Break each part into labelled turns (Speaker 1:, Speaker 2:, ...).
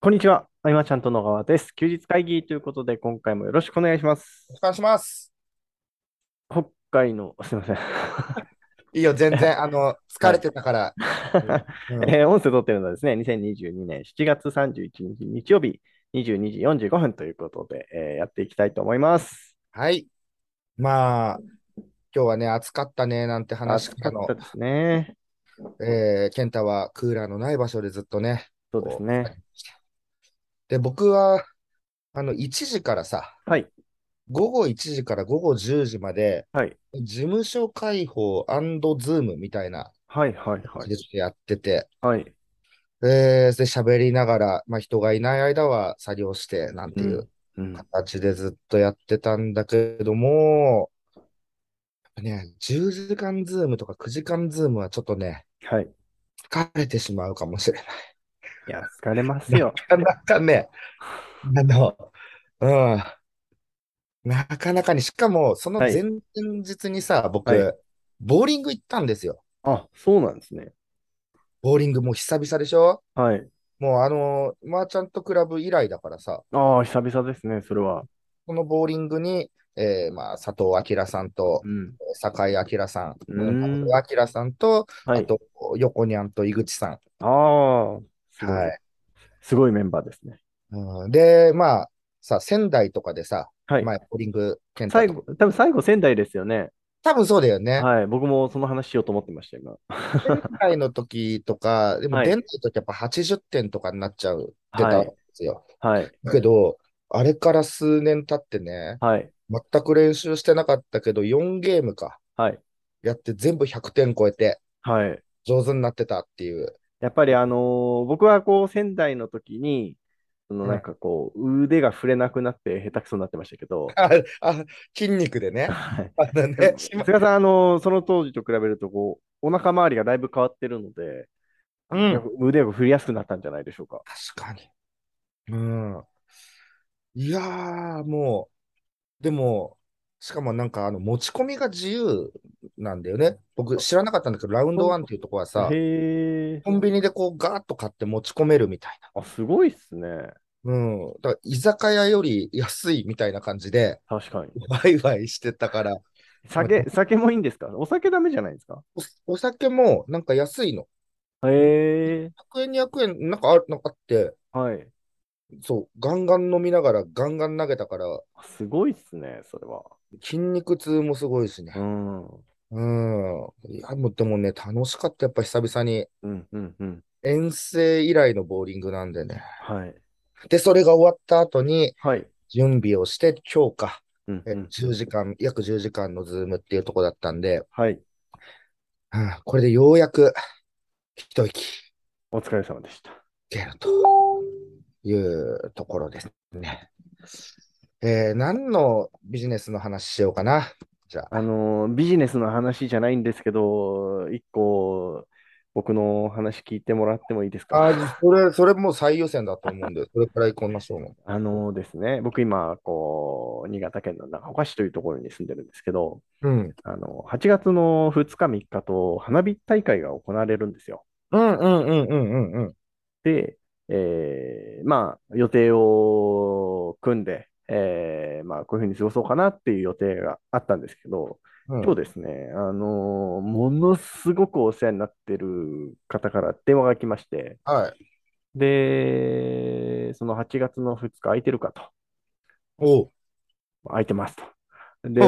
Speaker 1: こんにちは。あいまちゃんと野川です。休日会議ということで、今回もよろしくお願いしま
Speaker 2: お
Speaker 1: す。
Speaker 2: 願いします。
Speaker 1: 北海の、 すいません。
Speaker 2: いいよ、全 然、あの、疲れてたから。うん
Speaker 1: えー音声撮ってるのはですね、2022年7月31日日曜日、22時45分ということで、えーやっていきたいと思います。
Speaker 2: はい。まあ、今日はね、暑かったね、なんて話からの
Speaker 1: 暑かった、ですね。
Speaker 2: えー、健太はクーラーのない場所でずっとね。
Speaker 1: そうですね。
Speaker 2: で、僕は、あの、1時からさ、
Speaker 1: はい。
Speaker 2: 午後1時から午後10時まで、
Speaker 1: はい。
Speaker 2: 事務所開放ズームみたいな
Speaker 1: はい、はい、は
Speaker 2: 感
Speaker 1: い。
Speaker 2: じでやってて、
Speaker 1: はい。
Speaker 2: えー、で、喋りながら、まあ、人がいない間は作業して、なんていう。
Speaker 1: うん。
Speaker 2: 形でずっとやってたんだけども、やっぱね、10時間ズームとか9時間ズームはちょっとね、
Speaker 1: はい。
Speaker 2: 疲れてしまうかもしれない。
Speaker 1: いや、疲れますよ。
Speaker 2: なかなかね、あの、うん。なかなかに、しかも、その
Speaker 1: はい
Speaker 2: 前々日にさ、僕、
Speaker 1: はい
Speaker 2: ボーリング行ったんですよ。
Speaker 1: あ、そうなんですね。
Speaker 2: ボーリングもう久々でしょ
Speaker 1: はい。
Speaker 2: もうあの、マーチャントクラブ以来だからさ、
Speaker 1: ああ、久々ですね、それは。
Speaker 2: このボーリングに、えーまあ、佐藤明さんと
Speaker 1: う、ん。
Speaker 2: 酒井明さん、
Speaker 1: うん
Speaker 2: 明さんと、
Speaker 1: は
Speaker 2: あ
Speaker 1: い。
Speaker 2: と、横にゃんと井口さん。
Speaker 1: ああ、すごい
Speaker 2: はい。
Speaker 1: すごいメンバーですね。
Speaker 2: うんで、まあ、さ、仙台とかでさ、
Speaker 1: はい
Speaker 2: ま。あ、ボーリング検
Speaker 1: 最
Speaker 2: 討
Speaker 1: 後
Speaker 2: とか。、
Speaker 1: 多分最後仙台ですよね。
Speaker 2: 多分そうだよね。
Speaker 1: はい。僕もその話しようと思ってました、今。
Speaker 2: 仙台の時とか、でも、
Speaker 1: はい
Speaker 2: 電台の時やっぱ80点とかになっちゃう、出た
Speaker 1: は
Speaker 2: ん
Speaker 1: い
Speaker 2: ですよ。
Speaker 1: はい。
Speaker 2: だけど、あれから数年経ってね、
Speaker 1: はい。
Speaker 2: 全く練習してなかったけど、4ゲームか、
Speaker 1: はい。
Speaker 2: やって全部100点超えて、
Speaker 1: はい。
Speaker 2: 上手になってたっていう。
Speaker 1: やっぱりあのー僕はこう仙台の時に、そのなんかこう、腕が触れなくなって下手くそになってましたけど、
Speaker 2: あ、あ筋肉でね。
Speaker 1: はい。
Speaker 2: あのね、 しま
Speaker 1: 菅さん、あのーその当時と比べると、こう、お腹周りがだいぶ変わってるので、
Speaker 2: うん
Speaker 1: なんか腕が振りやすくなったんじゃないでしょうか。
Speaker 2: 確かに。うん。いやー、もう、でも、しかもなんかあの持ち込みが自由なんだよね。僕知らなかったんだけど、ラウンドワンっていうとこはさ、
Speaker 1: へえ。
Speaker 2: コンビニでこうガーッと買って持ち込めるみたい
Speaker 1: あ、すごいっすね。
Speaker 2: な。うん。だから居酒屋より安いみたいな感じで、
Speaker 1: 確かに。
Speaker 2: ワイワイしてたから、
Speaker 1: 酒、酒もいいんですかお酒ダメじゃないですか
Speaker 2: お、お酒もなんか安いの。
Speaker 1: へえ。
Speaker 2: 100円、200円、なんかあなんかあって、
Speaker 1: はい。
Speaker 2: そう、ガンガン飲みながらガンガン投げたから、
Speaker 1: すごいっすね、それは。
Speaker 2: 筋肉痛もすごいしね。
Speaker 1: うん。
Speaker 2: うん。いや、もう、でもね、楽しかった。やっぱ久々に。
Speaker 1: うん、うん、うん。
Speaker 2: 遠征以来のボーリングなんでね。
Speaker 1: はい。
Speaker 2: で、それが終わった後に、
Speaker 1: はい。
Speaker 2: 準備をして、今日か。
Speaker 1: うん、
Speaker 2: え、
Speaker 1: うん。
Speaker 2: 10時間、約10時間のズームっていうとこだったんで、
Speaker 1: はい。
Speaker 2: はあこれでようやく、一息つ
Speaker 1: お疲れ様でした。
Speaker 2: けるというところですね。えー何のビジネスの話しようかな。じゃあ。
Speaker 1: あのー、ビジネスの話じゃないんですけど、一個、僕の話聞いてもらってもいいですか
Speaker 2: あ、それ、それもう最優先だと思うんで、それくらいこんなしょうもん。
Speaker 1: あのーですね、僕今、こう、新潟県の長岡市というところに住んでるんですけど、
Speaker 2: うん。
Speaker 1: あの、8月の2日、3日と花火大会が行われるんですよ。
Speaker 2: うんうんうんうんうんうん。
Speaker 1: で、えーまあ、予定を組んで、えーまあ、こういうふうに過ごそうかなっていう予定があったんですけど、
Speaker 2: うん
Speaker 1: 今日ですね、あのーものすごくお世話になってる方から電話が来まして、
Speaker 2: はい。
Speaker 1: で、その8月の2日空いてるかと、
Speaker 2: おう
Speaker 1: 空いてますと。
Speaker 2: お う
Speaker 1: で、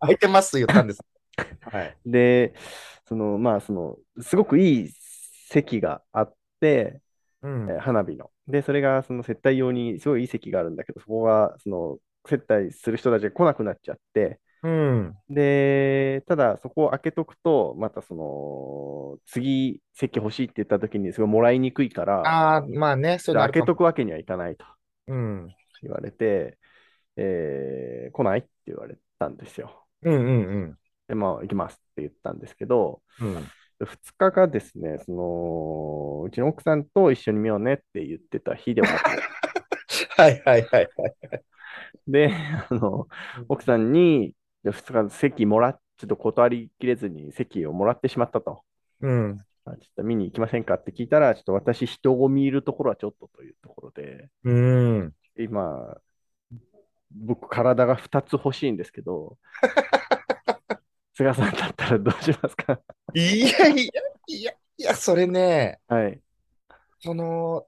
Speaker 2: 空いてます言ったんです。はい。
Speaker 1: で、その、まあ、その、すごくいい席があって、
Speaker 2: うん。
Speaker 1: えー花火の。で、それがその接待用にすごいいい席があるんだけど、そこがその接待する人たちが来なくなっちゃって、
Speaker 2: うん。
Speaker 1: で、ただそこを開けとくと、またその、次席欲しいって言った時にすごいもらいにくいから、
Speaker 2: ああ、まあね、それ
Speaker 1: 開けとくわけにはいかないと
Speaker 2: うん。うん
Speaker 1: 言われて、えー来ないって言われたんですよ。
Speaker 2: うん
Speaker 1: で、まあ、行きますって言ったんですけど、
Speaker 2: うん。うん。
Speaker 1: 2日がですね、その、うちの奥さんと一緒に見ようねって言ってた日ではあった
Speaker 2: はいはいはい。
Speaker 1: で、 あの、奥さんに、2日席もらっ、ちょっと断りきれずに席をもらってしまったと。
Speaker 2: うん。
Speaker 1: あちょっと見に行きませんかって聞いたら、ちょっと私、人混みいるところはちょっとというところで、
Speaker 2: うん。
Speaker 1: 今、僕、体が2つ欲しいんですけど、 菅さんだったらどうしますか
Speaker 2: いやいや、いや、いや、それね、
Speaker 1: はい。
Speaker 2: その、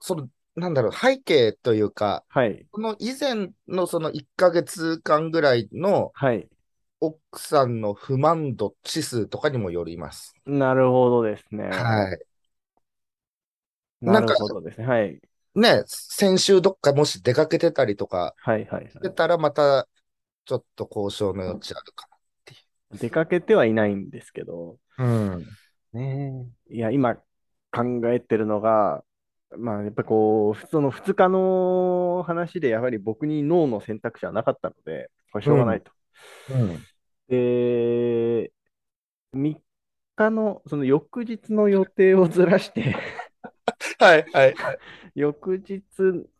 Speaker 2: その、なんだろう、背景というか、
Speaker 1: はい。
Speaker 2: その以前のその1ヶ月間ぐらいの
Speaker 1: はい。
Speaker 2: 奥さんの不満度指数とかにもよります。
Speaker 1: なるほどですね。
Speaker 2: はい。
Speaker 1: な
Speaker 2: なん
Speaker 1: る
Speaker 2: か
Speaker 1: ほどですね。はい。
Speaker 2: ね、先週どっかもし出かけてたりとか
Speaker 1: はいはいはい
Speaker 2: してたら、またちょっと交渉の余地あるか
Speaker 1: 出かけてはいないんですけど、
Speaker 2: な。うん。
Speaker 1: ねえいや、今考えてるのが、まあ、やっぱこう、その2日の話で、やはり僕に脳の選択肢はなかったので、これしょうがないと。
Speaker 2: うん。
Speaker 1: で、3日の、その翌日の予定をずらして、
Speaker 2: はい、はい。
Speaker 1: 翌日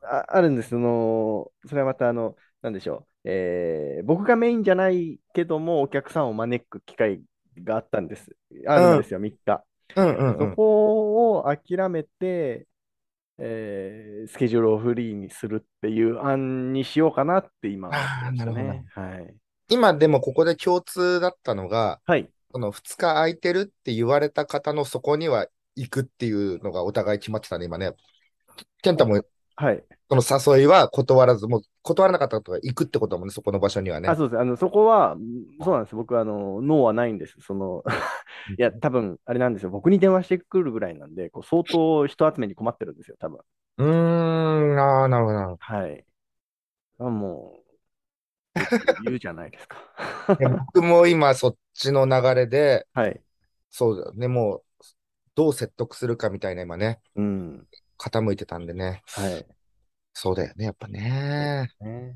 Speaker 1: あ、あるんです。その、それはまた、あの、なんでしょう、えー僕がメインじゃないけども、お客さんを招く機会があったんです。あるんですよ、3日。
Speaker 2: うんうんう
Speaker 1: そ
Speaker 2: ん。
Speaker 1: こを諦めて、えースケジュールをフリーにするっていう案にしようかなって今思ってました
Speaker 2: あーなる
Speaker 1: ね。はい。
Speaker 2: 今でもここで共通だったのが、
Speaker 1: はい。
Speaker 2: その2日空いてるって言われた方のそこには行くっていうのがお互い決まってたね、今ね。健太も
Speaker 1: はい。
Speaker 2: その誘いは断らず、もう断らなかったことが行くってことだもんね、そこの場所にはね。
Speaker 1: あ、そうです。あの、そこは、そうなんです。僕、あの、脳はないんです。その、 いや、多分、あれなんですよ。僕に電話してくるぐらいなんで、こう相当人集めに困ってるんですよ、多分。
Speaker 2: うーん、ああ、なるほど、な るほど。
Speaker 1: はい。あもう、言うじゃないですか。
Speaker 2: いや僕も今そっちの流れで、
Speaker 1: はい。
Speaker 2: そうだよね、もう、どう説得するかみたいな今ね、
Speaker 1: うん。
Speaker 2: 傾いてたんでね。
Speaker 1: はい。
Speaker 2: そうだよね、やっぱね。
Speaker 1: ね、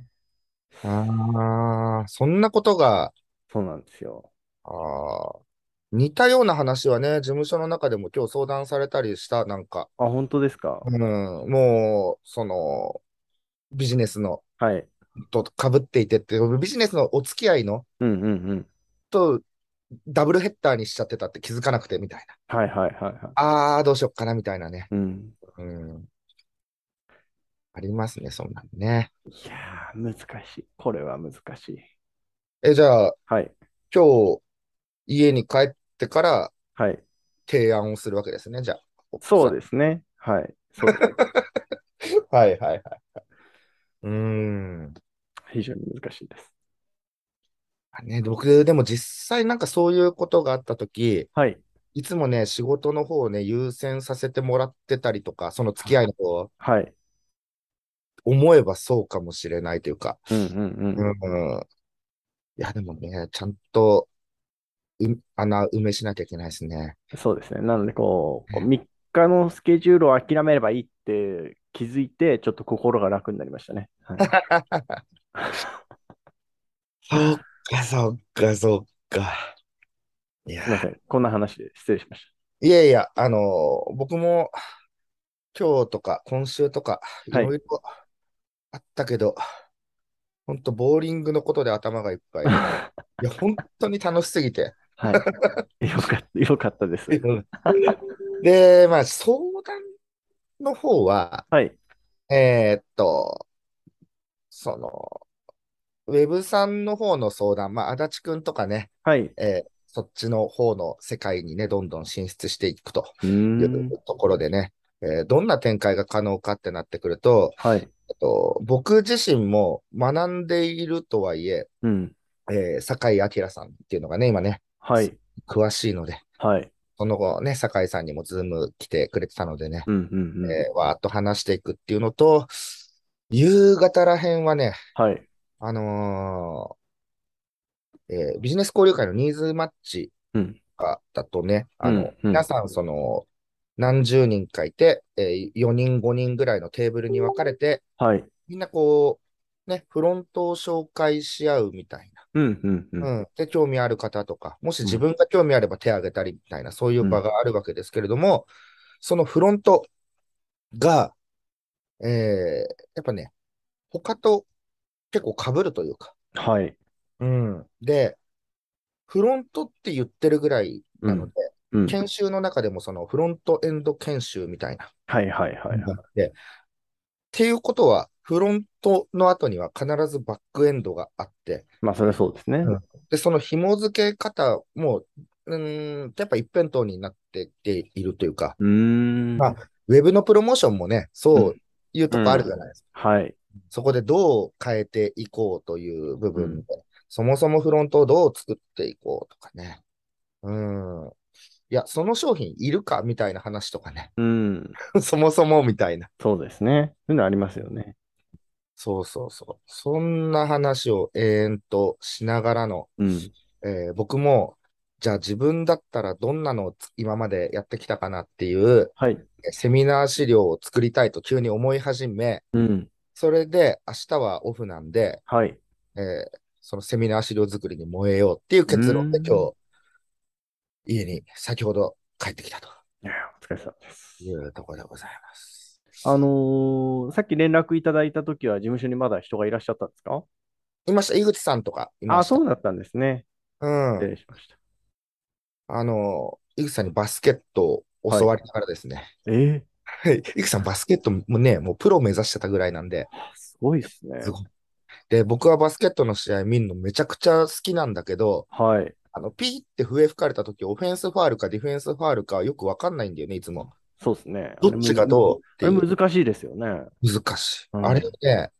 Speaker 2: ああ、そんなことが、
Speaker 1: そうなんですよ。
Speaker 2: ああ、似たような話はね、事務所の中でも今日相談されたりした、なんか。
Speaker 1: あ、本当ですか。
Speaker 2: うん、もう、その、ビジネスの
Speaker 1: はい。
Speaker 2: と被っていてって、ビジネスのお付き合いの
Speaker 1: うんうんうん。
Speaker 2: とダブルヘッダーにしちゃってたって気づかなくてみたいな。
Speaker 1: はいはいはいはい。
Speaker 2: ああ、どうしよっかなみたいなね。
Speaker 1: うん。
Speaker 2: うん。ありますね、そんなんね。
Speaker 1: いやー、難しい。これは難しい。
Speaker 2: え、じゃあ、
Speaker 1: はい。
Speaker 2: 今日、家に帰ってから
Speaker 1: はい。
Speaker 2: 提案をするわけですね、じゃあ。
Speaker 1: そうですね。はい。そうです
Speaker 2: す。はいはいはいはい。うーん。
Speaker 1: 非常に難しいです。
Speaker 2: ね、僕、でも実際なんかそういうことがあったとき、
Speaker 1: はい。
Speaker 2: いつもね、仕事の方をね、優先させてもらってたりとか、その付き合いの方、
Speaker 1: はい。
Speaker 2: 思えばそうかもしれないというか。
Speaker 1: うんうん
Speaker 2: う
Speaker 1: うん。
Speaker 2: ん。いや、でもね、ちゃんと、う、穴埋めしなきゃいけないですね。
Speaker 1: そうですね。なので、こう、こう3日のスケジュールを諦めればいいって気づいて、ちょっと心が楽になりましたね。はい
Speaker 2: そっか、そっか、そっか。いや
Speaker 1: すいませ ん。こんな話で失礼しまし
Speaker 2: いやいや、あのー僕も、今日とか今週とか、い
Speaker 1: はい
Speaker 2: ろいろあったけど、ほんと、ボーリングのことで頭がいっ ぱい。い
Speaker 1: た。
Speaker 2: や、本当に楽しすぎて。
Speaker 1: はい。よかった、よかったです。
Speaker 2: で、まあ、相談の方は、
Speaker 1: はい。
Speaker 2: えーっと、その、ウェブさんの方の相談、まあ、足立くんとかね、
Speaker 1: はい。
Speaker 2: えーそっちの方の世界にね、どんどん進出していくと
Speaker 1: うー
Speaker 2: い
Speaker 1: ん。
Speaker 2: うところでね、えーどんな展開が可能かってなってくると、
Speaker 1: はい。
Speaker 2: えっと、僕自身も学んでいるとはいえ、
Speaker 1: うん。
Speaker 2: えー、酒井明さんっていうのがね、今ね、
Speaker 1: はい。
Speaker 2: 詳しいので、
Speaker 1: はい。
Speaker 2: その後ね、酒井さんにもズーム来てくれてたのでね、
Speaker 1: うんうんうん。
Speaker 2: えーわーっと話していくっていうのと、夕方らへんはね、
Speaker 1: はい。
Speaker 2: あのーえービジネス交流会のニーズマッチ
Speaker 1: うん。
Speaker 2: がだとね、あの、
Speaker 1: うんうん
Speaker 2: 皆さん、その、何十人かいて、え4人、5人ぐらいのテーブルに分かれて、
Speaker 1: はい。
Speaker 2: みんなこう、ね、フロントを紹介し合うみたい
Speaker 1: うんうんうん。
Speaker 2: な。うん。で、興味ある方とか、もし自分が興味あれば手を挙げたりみたいな、そういう場があるわけですけれども、そのフロントが、えーやっぱね、他と結構被るというか、
Speaker 1: はい。
Speaker 2: うん。で、フロントって言ってるぐらいなので、
Speaker 1: うん。
Speaker 2: 研修の中でもそのフロントエンド研修みたいな
Speaker 1: はいはいはい
Speaker 2: のがあって、っていうことは、フロントの後には必ずバックエンドがあって、
Speaker 1: まあ、それはそうですね。
Speaker 2: んで、その紐付け方も、うーん、やっぱ一辺倒になってっているというか、
Speaker 1: うーん。
Speaker 2: まあウェブのプロモーションもね、そういうとこあるじゃないですか。
Speaker 1: はい。
Speaker 2: そこでどう変えていこうという部分で、そもそもフロントをどう作っていこうとかね。うん。いや、その商品いるかみたいな話とかね。
Speaker 1: うん。
Speaker 2: そもそもみたいな。
Speaker 1: そうですね。そういうのありますよね。
Speaker 2: そうそうそう。そんな話を永遠としながらの
Speaker 1: うん。
Speaker 2: えー僕も、じゃあ自分だったらどんなのをつ今までやってきたかなっていう
Speaker 1: はい。
Speaker 2: えーセミナー資料を作りたいと急に思い始め、
Speaker 1: うん。
Speaker 2: それで明日はオフなんで、
Speaker 1: はい。
Speaker 2: えーそのセミナー資料作りに燃えようっていう結論で
Speaker 1: うん
Speaker 2: 今日、家に先ほど帰ってきたと
Speaker 1: いやお疲れ様です。
Speaker 2: いうところでございます。
Speaker 1: あのーさっき連絡いただいたときは、事務所にまだ人がいらっしゃったんですか
Speaker 2: いました、井口さんとかいま
Speaker 1: あ、
Speaker 2: した。
Speaker 1: そうだったんですね。
Speaker 2: うん。
Speaker 1: 失礼しました。
Speaker 2: あのー、井口さんにバスケットを教わりながらですね。
Speaker 1: え
Speaker 2: はい。 井口さんバスケットもね、もうプロ目指してたぐらいなんで、
Speaker 1: ー、すごいですね。
Speaker 2: すごいで、僕はバスケットの試合見るのめちゃくちゃ好きなんだけど、
Speaker 1: はい。
Speaker 2: あの、ピーって笛吹かれた時、オフェンスファールかディフェンスファールかよくわかんないんだよね、いつも。
Speaker 1: そうですね。
Speaker 2: どっちがどうって
Speaker 1: あれ
Speaker 2: いう。
Speaker 1: 難しいですよね。
Speaker 2: 難しい。
Speaker 1: うん
Speaker 2: あれをね、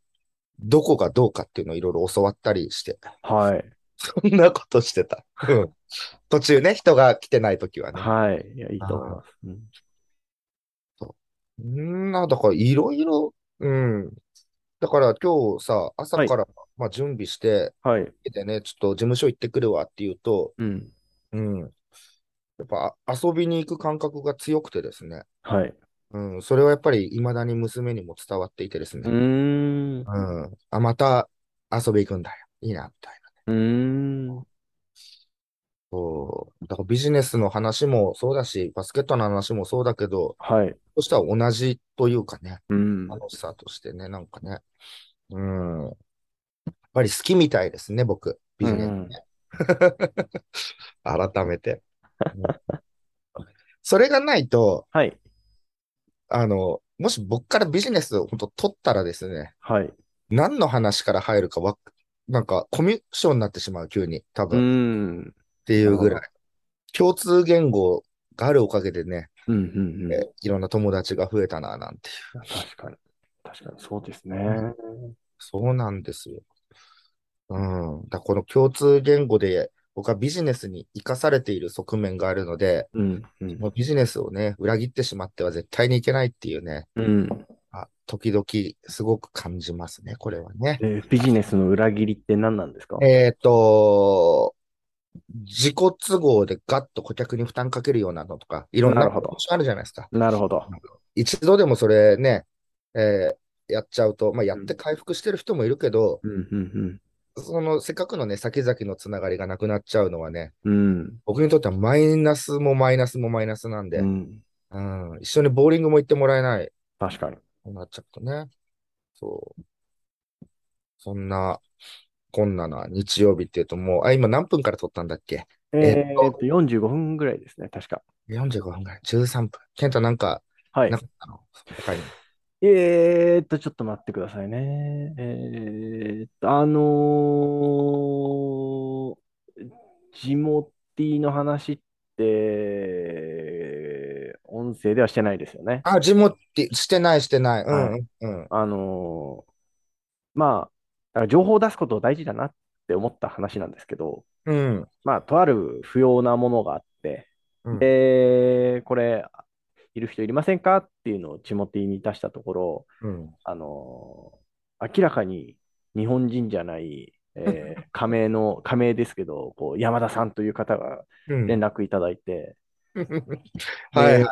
Speaker 2: どこがどうかっていうのをいろいろ教わったりして、
Speaker 1: はい。
Speaker 2: そんなことしてた。うん途中ね、人が来てない時はね。
Speaker 1: はい。いや、いいと思います。うん
Speaker 2: うんな、だからいろいろ、うん。だから今日さ、朝から、まあ準備して、
Speaker 1: はい。
Speaker 2: でね、ちょっと事務所行ってくるわっていうと、
Speaker 1: うん。
Speaker 2: うん。やっぱあ遊びに行く感覚が強くてですね。
Speaker 1: はい。
Speaker 2: うん。それはやっぱり未だに娘にも伝わっていてです
Speaker 1: う
Speaker 2: ね。
Speaker 1: ーん。う
Speaker 2: うん。あ、また遊び行くんだよ。いいな、みたいな。
Speaker 1: ーん。
Speaker 2: そう。だからビジネスの話もそうだし、バスケットの話もそうだけど、
Speaker 1: はい。
Speaker 2: そしたら同じというかね、
Speaker 1: うん。
Speaker 2: 楽しさとしてね、なんかね。うん。やっぱり好きみたいですね、僕。ビジネスね。 改めて。うんそれがないと、
Speaker 1: はい。
Speaker 2: あの、もし僕からビジネスを本当取ったらですね、
Speaker 1: はい。
Speaker 2: 何の話から入るかわ、なんかコミュ障になってしまう、急に、多
Speaker 1: うー
Speaker 2: 分、っ
Speaker 1: ん。
Speaker 2: ていうぐらい。共通言語があるおかげでね、
Speaker 1: うん。うん。うん
Speaker 2: えいろんな友達が増えたな、なんていう。
Speaker 1: 確かに。確かに、そうですね。
Speaker 2: そうなんですよ。うん。だからこの共通言語で、僕はビジネスに生かされている側面があるので、
Speaker 1: うん。うん
Speaker 2: もうビジネスをね、裏切ってしまっては絶対にいけないっていうね、
Speaker 1: うん。
Speaker 2: あ、時々すごく感じますね、これはね。
Speaker 1: でビジネスの裏切りって何なんですか
Speaker 2: えっと、自己都合でガッと顧客に負担かけるようなのとか、いろん
Speaker 1: な
Speaker 2: な
Speaker 1: るほど
Speaker 2: ポジションあるじゃないですか。
Speaker 1: なるほど。
Speaker 2: 一度でもそれね、えーやっちゃうと、まあ、やって回復してる人もいるけど、
Speaker 1: うん。うん。
Speaker 2: そのせっかくのね、先々のつながりがなくなっちゃうのはね、
Speaker 1: うん。
Speaker 2: 僕にとってはマイナスもマイナスもマイナスなんで、
Speaker 1: う
Speaker 2: うん
Speaker 1: ん。
Speaker 2: 一緒にボーリングも行ってもらえない、
Speaker 1: 確かに。
Speaker 2: なっちゃうとね。そう。そんな、こんなな日曜日っていうともう、あ、今何分から撮ったんだっけ
Speaker 1: え
Speaker 2: えっと
Speaker 1: ーっと、45分ぐらいですね、確か。
Speaker 2: 45分ぐらい、13分。ケンタなんか、
Speaker 1: はい
Speaker 2: な。かったの他に。
Speaker 1: えーっと、ちょっと待ってくださいね。えーっと、あのー、ジモティの話って、音声ではしてないですよね。
Speaker 2: あ、ジモティ、してない、してない。う
Speaker 1: は
Speaker 2: ん、うん、うん。
Speaker 1: あのー、まあ、情報を出すこと大事だなって思った話なんですけど、
Speaker 2: うん、
Speaker 1: まあ、とある不要なものがあって、
Speaker 2: うん
Speaker 1: で、これ、いる人いりませんかっていうのをジモティに出したところ、
Speaker 2: うん。
Speaker 1: あのー明らかに日本人じゃない、え ー仮名の、仮名ですけど、こう山田さんという方が
Speaker 2: うん。
Speaker 1: 連絡いただい て、
Speaker 2: はい、はい、
Speaker 1: で
Speaker 2: はい。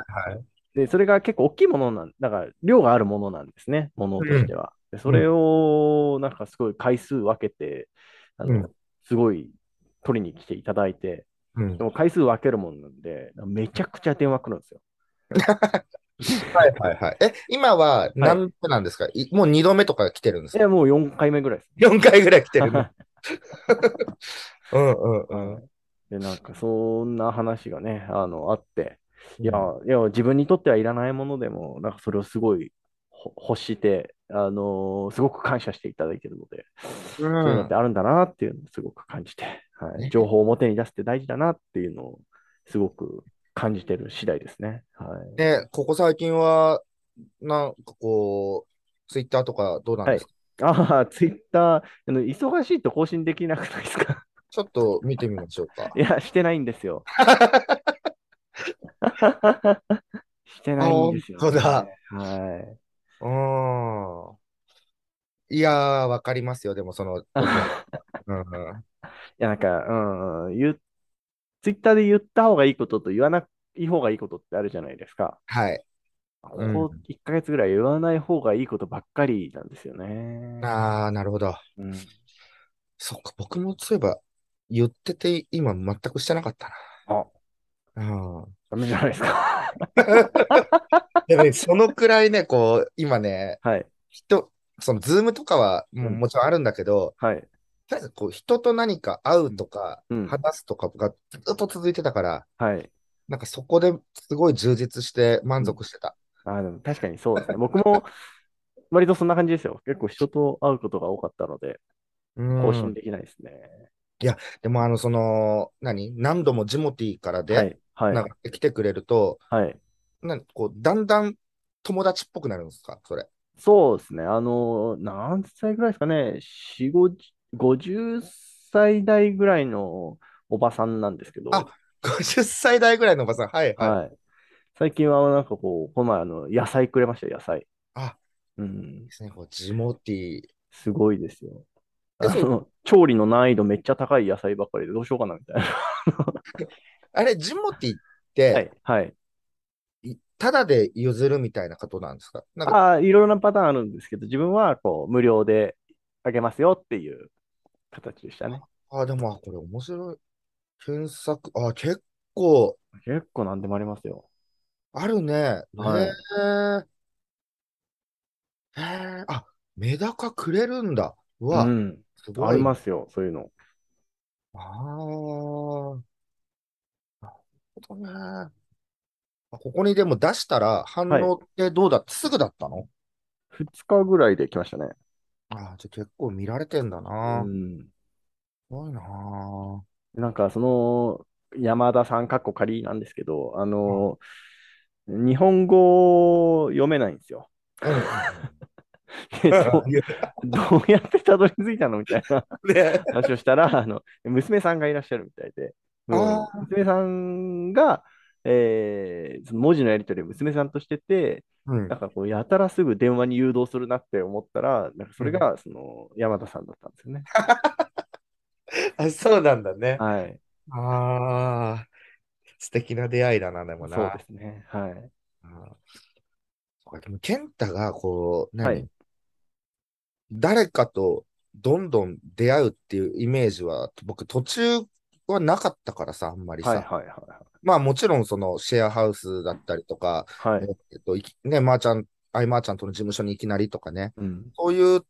Speaker 1: で、それが結構大きいものなん、だから量があるものなんですね、ものとしては。でそれを、なんかすごい回数分けて、あの
Speaker 2: うん
Speaker 1: すごい取りに来ていただいて、
Speaker 2: うん
Speaker 1: でも回数分けるもんなんで、めちゃくちゃ電話来るんですよ。
Speaker 2: はい、はい、はい。え、今は何分なんですかいもう2度目とか来てるんです
Speaker 1: い
Speaker 2: か
Speaker 1: や、もう4回目ぐらいです。
Speaker 2: ?4 回ぐらい来てる。うん、うん、うん。
Speaker 1: でで、なんかそんな話がね、あの、あって、いや、いや、自分にとってはいらないものでも、なんかそれをすごいほ欲して、あのーすごく感謝していただいているので、
Speaker 2: う
Speaker 1: そういうのっ
Speaker 2: ん
Speaker 1: て。あるんだなっていうのをすごく感じて、は
Speaker 2: ね
Speaker 1: い、情報を表に出すって大事だなっていうのをすごく感じてる次第ですね。はい、
Speaker 2: で、ここ最近は、なんかこう、ツイッターとかどうなんですか、
Speaker 1: ああ、ツイッター、あの忙しいと更新できなくないですか
Speaker 2: ちょっと見てみましょうか
Speaker 1: い。や、してないんです よ。 してないんですよ、
Speaker 2: 本当だ。
Speaker 1: はい。
Speaker 2: うん。いやー、わかりますよ、でもそ の、うん
Speaker 1: いや、なんか、うんうん、言う、ツイッターで言った方がいいことと言わない方がいいことってあるじゃないですか。
Speaker 2: はい。
Speaker 1: こ
Speaker 2: うん
Speaker 1: こ1ヶ月ぐらい言わない方がいいことばっかりなんですよね。
Speaker 2: あー、なるほど。
Speaker 1: うん、
Speaker 2: そっか、僕もそういえば、言ってて、今全くしてなかった
Speaker 1: あ、
Speaker 2: な。うん。
Speaker 1: ダメじゃないです か。
Speaker 2: でね、そのくらいね、こう、今ね、
Speaker 1: はい、
Speaker 2: 人、その、ズームとかは、もう
Speaker 1: うん
Speaker 2: もちろんあるんだけど、
Speaker 1: はい。
Speaker 2: とりあえず、こう、人と何か会うとか、
Speaker 1: うん、
Speaker 2: 話すとかがずっと続いてたから、
Speaker 1: はい。
Speaker 2: なんかそこですごい充実して満足してた。
Speaker 1: あ、でも確かにそうですね。僕も、割とそんな感じですよ。結構人と会うことが多かったので、更
Speaker 2: う
Speaker 1: 新
Speaker 2: ん
Speaker 1: できないですね。
Speaker 2: でも、あの、その、何何度もジモティーから
Speaker 1: は
Speaker 2: で、
Speaker 1: い、はい、
Speaker 2: なんか来てくれると、
Speaker 1: はい。
Speaker 2: なんかこう、だんだん友達っぽくなるんですかそれ。
Speaker 1: そうですね。あの、何歳ぐらいですかね。4、50、50歳代ぐらいのおばさんなんですけど、
Speaker 2: あ50歳代ぐらいのおばさん。はいはい。
Speaker 1: はい。最近はなんかこう、この前あの、野菜くれましたよ、野菜。
Speaker 2: あ、
Speaker 1: うん
Speaker 2: で。すね。こう、ジモティー。
Speaker 1: すごいですよ。
Speaker 2: え
Speaker 1: あ
Speaker 2: そう
Speaker 1: の、調理の難易度めっちゃ高い野菜ばっかりでどうしようかなみたいな。
Speaker 2: あれ、ジモティーって、
Speaker 1: はい。はい。
Speaker 2: いただで譲るみたいなことなんですかなんか、
Speaker 1: ああ、いろいろなパターンあるんですけど、自分はこう、無料であげますよっていう形でしたね。
Speaker 2: ああ、でも、あこれ面白い。検索、あ結構
Speaker 1: 結構何でもありますよ。
Speaker 2: あるね。
Speaker 1: はい
Speaker 2: へえ。へえ。あ、メダカくれるんだ。う
Speaker 1: う
Speaker 2: わ、
Speaker 1: ん。
Speaker 2: す
Speaker 1: あ
Speaker 2: ご
Speaker 1: り
Speaker 2: い。
Speaker 1: ますよ、そういうの。
Speaker 2: あーなるほどね。あここにでも出したら反
Speaker 1: はい
Speaker 2: 応ってどうだすぐだったの
Speaker 1: 2日ぐらいで来ましたね。
Speaker 2: ああ、じゃあ結構見られてんだ
Speaker 1: う
Speaker 2: な。す
Speaker 1: ん。
Speaker 2: ごいな あ。
Speaker 1: なんかその山田さん、かっこ仮なんですけど、あの、日本語読めないんですよ。でどどうやってたどり着いたのみたいな
Speaker 2: ね
Speaker 1: 話をしたらあの、娘さんがいらっしゃるみたいで、もう娘さんが、えーその文字のやり取りを娘さんとしてて、
Speaker 2: うん
Speaker 1: なんかこうやたらすぐ電話に誘導するなって思ったら、なんかそれがその山田さんだったんですよね。
Speaker 2: あ、そうなんだね。
Speaker 1: はい、
Speaker 2: ああ、素敵な出会いだな、でもな。
Speaker 1: そうですね。はい。
Speaker 2: うんそうかでも、健太が、こう、
Speaker 1: はい
Speaker 2: 何誰かとどんどん出会うっていうイメージは、僕、途中はなかったからさ、あんまり
Speaker 1: はいはい
Speaker 2: さ。
Speaker 1: はい
Speaker 2: まあ、もちろん、その、シェアハウスだったりとか、
Speaker 1: はい。はい。
Speaker 2: えっと、いきね、まーちゃん、あいまーちゃんとの事務所にいきなりとかね、
Speaker 1: うん。
Speaker 2: そういう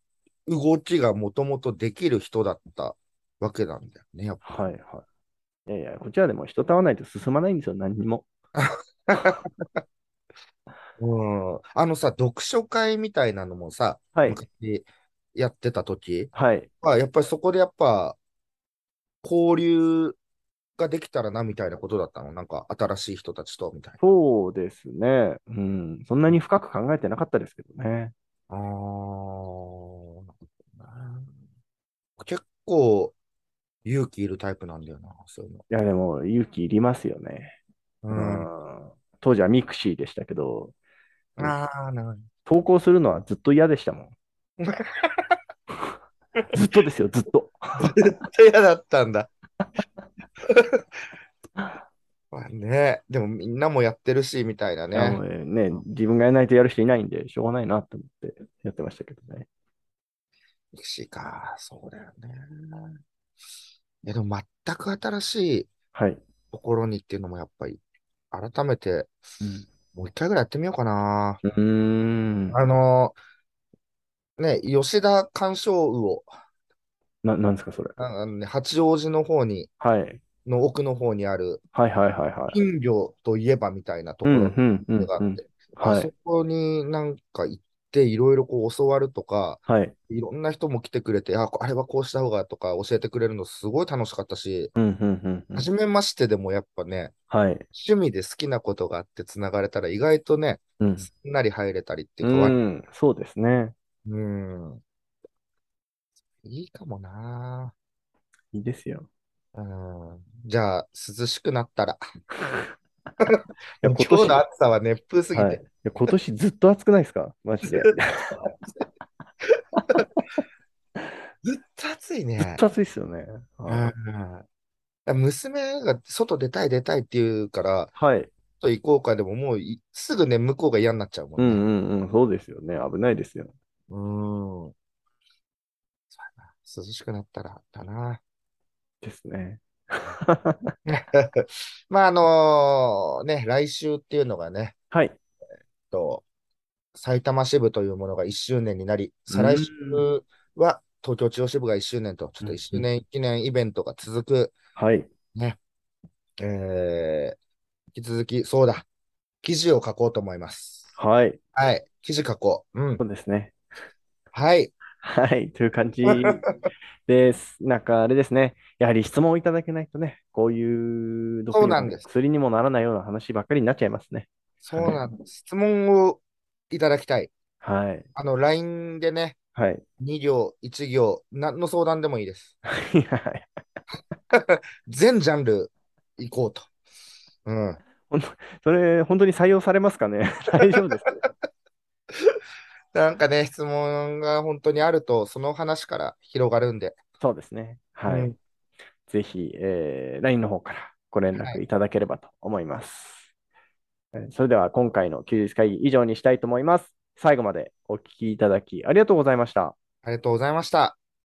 Speaker 2: 動きがもともとできる人だったわけなんだよね、やっぱ。
Speaker 1: はいはい。いやいや、こっちはでも人と会わないと進まないんですよ、何にも。
Speaker 2: うん。あのさ、読書会みたいなのもさ、
Speaker 1: はい。
Speaker 2: 昔やってた時
Speaker 1: はい。
Speaker 2: は、やっぱりそこでやっぱ、交流ができたらな、みたいなことだったの。なんか、新しい人たちと、みたい
Speaker 1: そうですね。うん。そんなに深く考えてなかったですけどね。
Speaker 2: な。あーなるほどね結構、勇気いるタイプなんだよな、そういうの。
Speaker 1: いや、でも、勇気いりますよね。
Speaker 2: う。
Speaker 1: うんん。当時はミクシーでしたけど、ん
Speaker 2: ああ、なるほど。
Speaker 1: 投稿するのはずっと嫌でしたもん。 ずっとですよ、ずっと。
Speaker 2: 絶対嫌だったん だ。まあね、でもみんなもやってるし、みたいない
Speaker 1: や
Speaker 2: ね
Speaker 1: も。うね、自分がやらないとやる人いないんで、しょうがないなと思ってやってましたけどね。
Speaker 2: ミクシーか、そうだよね。いや、でも全く新しい
Speaker 1: はい。
Speaker 2: ところにっていうのもやっぱり、改めて、もう一回ぐらいやってみようかな。
Speaker 1: うーん。
Speaker 2: あのね、吉田鑑賞魚、
Speaker 1: な、なんですか、それ。
Speaker 2: ああのね、八王子の方に
Speaker 1: はい。
Speaker 2: の奥の方にある、
Speaker 1: はいはいはいはい。
Speaker 2: 金魚といえばみたいなとこ
Speaker 1: う
Speaker 2: ろ
Speaker 1: んうんうん
Speaker 2: があ
Speaker 1: う
Speaker 2: っ
Speaker 1: ん。
Speaker 2: て、
Speaker 1: は
Speaker 2: あそ
Speaker 1: い。
Speaker 2: こになんか行って、いろいろこう教わるとか、
Speaker 1: はい。
Speaker 2: いろんな人も来てくれて、あ、あれはこうした方がとか教えてくれるのすごい楽しかったし、
Speaker 1: うんうんうんうん。
Speaker 2: 初めましてでもやっぱね、
Speaker 1: はい。
Speaker 2: 趣味で好きなことがあってつながれたら意外とね、
Speaker 1: うん。
Speaker 2: すんなり入れたりっていううか、わ
Speaker 1: ん。そうですね。
Speaker 2: うん。いいかもない
Speaker 1: いですよ。
Speaker 2: うん。じゃあ、涼しくなったら。
Speaker 1: いや
Speaker 2: 今
Speaker 1: 今
Speaker 2: 日
Speaker 1: 年
Speaker 2: の暑さは熱風すぎ
Speaker 1: はい。い
Speaker 2: て。
Speaker 1: や今年ずっと暑くないですかマジで。ず
Speaker 2: ずっと暑い
Speaker 1: っ
Speaker 2: ね。
Speaker 1: と暑いっすよね。
Speaker 2: うん娘が外出たい出たいって言うから、
Speaker 1: はい。
Speaker 2: ちょっと行こうかでももういすぐね、向こうが嫌になっちゃうも
Speaker 1: うん
Speaker 2: んね。
Speaker 1: うんうん。そうですよね。危ないですよ。
Speaker 2: うん。そうやな涼しくなったらだな。
Speaker 1: ですね。
Speaker 2: まあ、あのね、来週っていうのがね、
Speaker 1: はい。
Speaker 2: と、埼玉支部というものが1周年になり、再来週は東京中央支部が1周年と、ちょっと1周年記念イベントが続く。
Speaker 1: はい。
Speaker 2: えー、引き続き、そうだ、記事を書こうと思います。
Speaker 1: はい。
Speaker 2: はい、記事書こう。うん
Speaker 1: そ。うですね。
Speaker 2: はい。
Speaker 1: はい。という感 じです。なんかあれですね。やはり質問をいただけないとね、こういう毒
Speaker 2: そう
Speaker 1: に
Speaker 2: なん
Speaker 1: も
Speaker 2: です
Speaker 1: 薬にもならないような話ばっかりになっちゃいますね。
Speaker 2: そうなんです。質問をいただきたい。
Speaker 1: はい。
Speaker 2: あの、LINE でね、
Speaker 1: はい。
Speaker 2: 2行、1行、何の相談でもいいです。
Speaker 1: はい
Speaker 2: 全ジャンル行こうと。うん。
Speaker 1: それ、本当に採用されますか ね大丈夫ですか
Speaker 2: なんかね、質問が本当にあると、その話から広がるんで。
Speaker 1: そうですね。はい。
Speaker 2: うん
Speaker 1: ぜひ、えー LINE の方からご連絡いただければと思います。えーそれでは今回の休日会議以上にしたいと思います。最後までお聞きいただきありがとうございました。
Speaker 2: ありがとうございました。